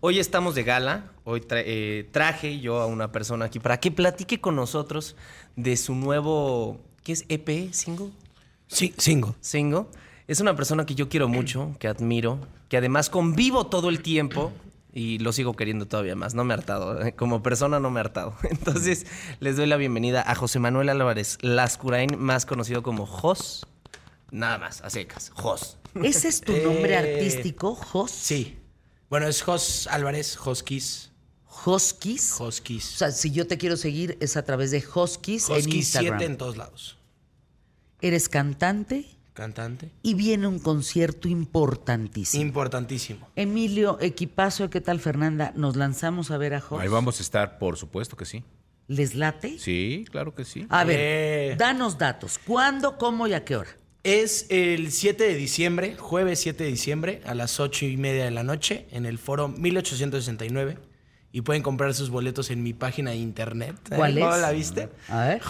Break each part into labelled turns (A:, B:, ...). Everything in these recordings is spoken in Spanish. A: Hoy estamos de gala. Hoy tra- eh, traje yo a una persona aquí para que platique con nosotros de su nuevo. ¿Qué es? ¿EP? ¿Single?
B: Sí, single.
A: Single. Es una persona que yo quiero mucho, que admiro, que además convivo todo el tiempo y lo sigo queriendo todavía más. No me he hartado. eh, Como persona no me he hartado. Entonces, les doy la bienvenida a José Manuel Álvarez Lascurain, más conocido como Jos. Nada más, a secas. Jos.
C: ¿Ese es tu nombre
B: Eh,
C: artístico, Jos?
B: Sí. Bueno, es Jos Álvarez, Joskis.
C: Joskis. O
B: Joskis.
C: sea, si yo te quiero seguir es a través de Joskis en
B: Joskis 7 en
C: Instagram.
B: todos lados.
C: Eres cantante
B: Cantante.
C: y viene un concierto importantísimo.
B: Importantísimo.
C: Emilio, equipazo, ¿qué tal Fernanda? Nos lanzamos a ver a Jos.
D: Ahí vamos a estar, por supuesto que sí.
C: ¿Les late?
D: Sí, claro que
A: Ah,
D: sí.
C: A ver,
B: Eh.
C: danos datos. ¿Cuándo, cómo y a qué hora?
B: Es el 7 de diciembre, jueves 7 de diciembre, a las 8 y media de la noche, en el foro 1869. Y pueden comprar sus boletos en mi página de internet.
C: ¿Cuál
B: ¿No
C: es?
B: la viste?
C: A ver.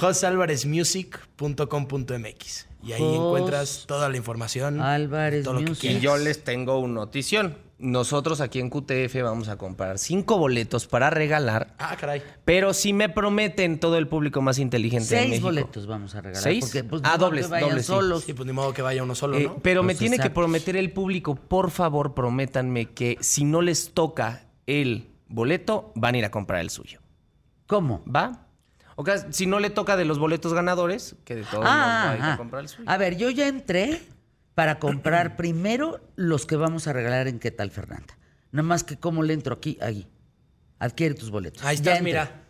B: josalvarezmusic.com.mx. Y ahí
C: Jos-
B: encuentras toda la información.
C: Álvarez
B: todo lo que
C: Music.
A: Y
B: quieras.
A: yo les tengo una notición. Nosotros aquí en QTF vamos a comprar cinco boletos para regalar,
B: Ah, caray.
A: pero si me prometen todo el público más inteligente de
C: Seis
A: México. eh,
C: boletos vamos a regalar.
A: ¿Seis?
C: Porque, pues,
A: Ah,
C: no
A: dobles,
C: que vayan
A: dobles, sí.
C: solos.
B: Sí, pues ni modo que vaya uno solo,
A: Eh,
B: ¿no?
A: pero me
C: Los
A: tiene que
C: exactos.
A: prometer el público, por favor, prométanme que si no les toca el boleto, van a ir a comprar el suyo.
C: ¿Cómo?
A: ¿Va? O sea, si no le toca de los boletos ganadores, que de todos modos va a ir
C: Ah,
A: a comprar el suyo.
C: a ver, yo ya entré para comprar primero los que vamos a regalar en qué tal, Fernanda. Nada más que cómo le entro aquí, ahí. Adquiere tus boletos.
B: Ahí
C: Ya
B: estás,
C: entré.
B: mira.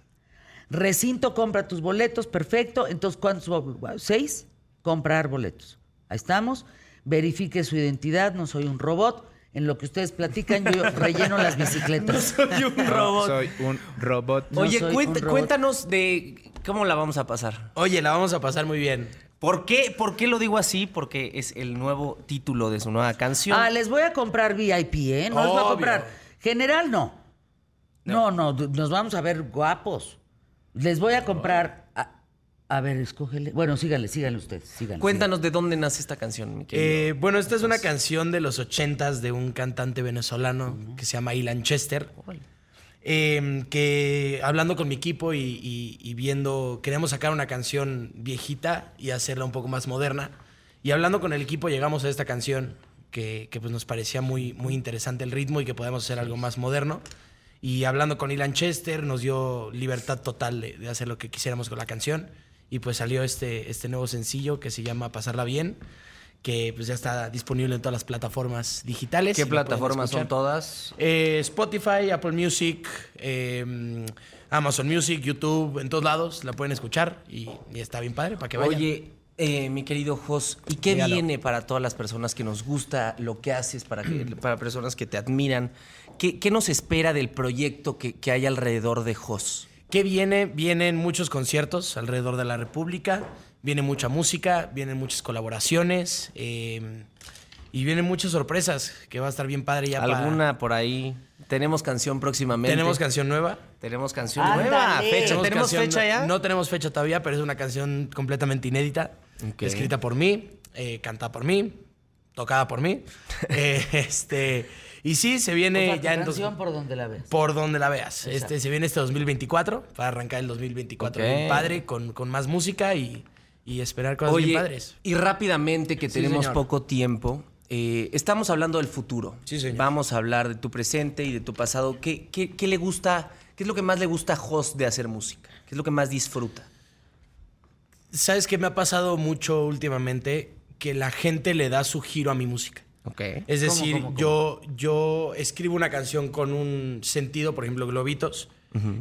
C: Recinto, compra tus boletos, perfecto. Entonces, ¿cuántos? bo- Seis, comprar boletos. Ahí estamos. Verifique su identidad, no soy un robot. En lo que ustedes platican, yo relleno las bicicletas.
D: No, Ah, Soy un robot.
C: No
A: Oye,
C: soy un
A: cuenta-
C: robot.
A: cuéntanos de cómo la vamos a pasar.
B: Oye, la vamos a pasar muy bien.
A: ¿Por qué, ¿Por qué lo digo así? Porque es el nuevo título de su nueva canción.
C: Ah, les voy a comprar VIP, ¿eh? No les voy a
B: Obvio.
C: comprar. General, no. No, no, d- nos vamos a ver guapos. Les voy a comprar. A, a ver, escógele. Bueno, síganle, síganle ustedes, síganle.
A: Cuéntanos de dónde nace esta canción, mi querido.
B: Eh, bueno, esta es una canción de los ochentas de un cantante venezolano que se llama Ilan Chester. Eh, que hablando con mi equipo y, y- y viendo, queremos sacar una canción viejita y hacerla un poco más moderna. Y hablando con el equipo llegamos a esta canción que, que, pues nos parecía muy, muy interesante el ritmo y que podemos hacer algo más moderno. Y hablando con Ilan Chester nos dio libertad total de, de hacer lo que quisiéramos con la canción. Y pues salió este, este nuevo sencillo que se llama Pasarla Bien, que pues ya está disponible en todas las plataformas digitales.
A: ¿Qué
B: y lo pueden
A: plataformas son
B: escuchar.
A: todas?
B: Eh, Spotify, Apple Music, eh, Amazon Music, YouTube, en todos lados la pueden escuchar y, y está bien padre para que vayan.
A: Oye, eh, mi querido Jos, ¿y qué
B: Dígalo.
A: viene para todas las personas que nos gusta lo que haces, para, que- para personas que te admiran? ¿Qué, qué nos espera del proyecto que, que hay alrededor de Jos?
B: ¿Qué viene? Vienen muchos conciertos alrededor de la República, viene mucha música, vienen muchas colaboraciones eh, y vienen muchas sorpresas que va a estar bien padre ya. para-
A: ¿Alguna por ahí? Tenemos canción próximamente.
B: Tenemos canción nueva.
A: Tenemos canción
C: Ándale.
A: nueva. Fecha. ¿Tenemos,
B: canción-
A: fecha ya?
B: No tenemos fecha todavía, pero es una canción completamente inédita.
A: Ok.
B: Escrita por mí, eh, cantada por mí, tocada por mí. Eh, este, y sí, se
C: O
B: viene
C: sea, tu
B: ya en dos-
C: canción por donde la veas.
B: por donde la veas. Este, se viene este 2024 para arrancar el 2024 bien
A: Ok.
B: padre con, con más música y, y esperar cosas
A: Oye,
B: bien padres.
A: y rápidamente que
B: Sí,
A: tenemos
B: señor.
A: poco tiempo, eh, estamos hablando del futuro.
B: Sí, señor.
A: Vamos a hablar de tu presente y de tu pasado. ¿Qué, qué- qué le gusta, qué es lo que más le gusta a Jos de hacer música? ¿Qué es lo que más disfruta?
B: ¿Sabes qué me ha pasado mucho últimamente? Que la gente le da su giro a mi música.
A: Ok.
B: Es
C: ¿Cómo,
B: decir,
C: cómo, cómo?
B: Yo, yo escribo una canción con un sentido, por ejemplo, Globitos,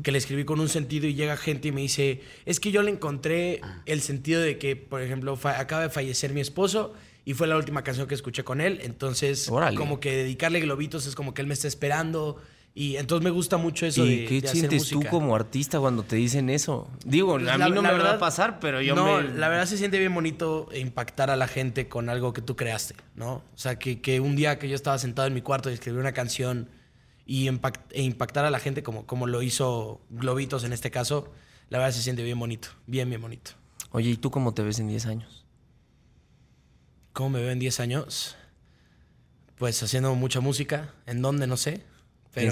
B: que le escribí con un sentido y llega gente y me dice, es que yo le encontré el sentido de que, por ejemplo, fa- acaba de fallecer mi esposo y fue la última canción que escuché con él, entonces
A: Órale.
B: como que dedicarle Globitos es como que él me está esperando y entonces me gusta mucho eso
A: ¿Y
B: de,
A: qué
B: de hacer
A: sientes tú
B: música. Pues
A: como artista cuando te dicen eso? Digo, a
B: La-
A: mí no
B: la
A: me va
B: verdad-
A: a pasar, pero yo
B: no,
A: me...
B: la verdad se siente bien bonito impactar a la gente con algo que tú creaste, ¿no? O sea, que, que un día que yo estaba sentado en mi cuarto y escribí una canción y impact- e impactar a la gente como, como lo hizo Globitos en este caso, la verdad se siente bien bonito, bien, bien bonito.
A: Oye, ¿y tú cómo te ves en 10 años?
B: ¿Cómo me veo en 10 años? Pues haciendo mucha música. ¿En dónde? No sé. Pero,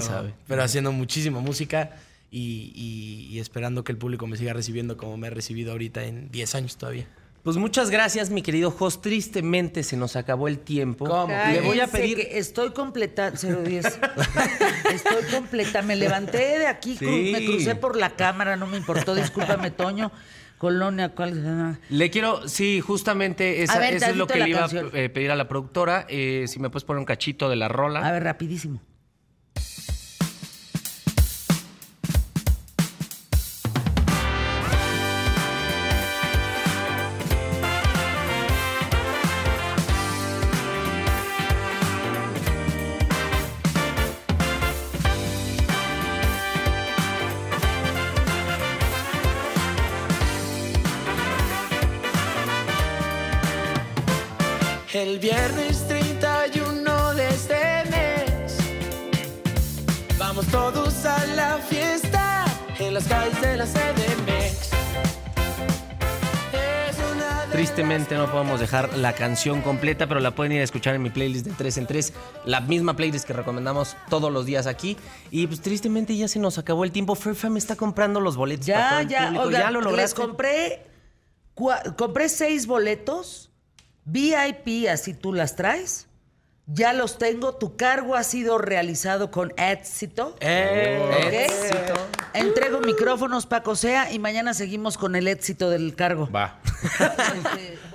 A: ¿Quién sabe?
B: pero haciendo muchísima música y, y- y esperando que el público me siga recibiendo como me ha recibido ahorita en 10 años todavía.
A: Pues muchas gracias, mi querido host. Tristemente se nos acabó el tiempo. Le voy a
C: Cállense,
A: pedir.
C: que estoy completa. 010. estoy completa. Me levanté de aquí, cru-
A: Sí.
C: me crucé por la cámara, no me importó. Discúlpame, Toño. Colonia, ¿cuál? Ah,
A: Le quiero, sí, justamente esa-
C: A ver,
A: eso es lo
C: tantito
A: que
C: la
A: le iba a
C: canción.
A: eh, pedir a la productora. eh, si me puedes poner un cachito de la rola.
C: A ver, rapidísimo.
B: El viernes 31 de este mes Vamos todos a la fiesta En las calles de la CDMX Es una de
A: Tristemente no podemos dejar la canción completa, pero la pueden ir a escuchar en mi playlist de 3 en 3, la misma playlist que recomendamos todos los días aquí. Y pues tristemente ya se nos acabó el tiempo. Fairfam está comprando los boletos para todo
C: Ya,
A: el
C: ya,
A: público.
C: oigan,
A: ya lo
C: les
A: lograste.
C: compré, cua- compré seis boletos, VIP, así tú las traes. Ya los tengo, tu cargo ha sido realizado con éxito.
B: ¡Eh!
C: ¿ok? Entrego micrófonos, Paco Sea, y mañana seguimos con el éxito del cargo.
D: Va.
C: Este,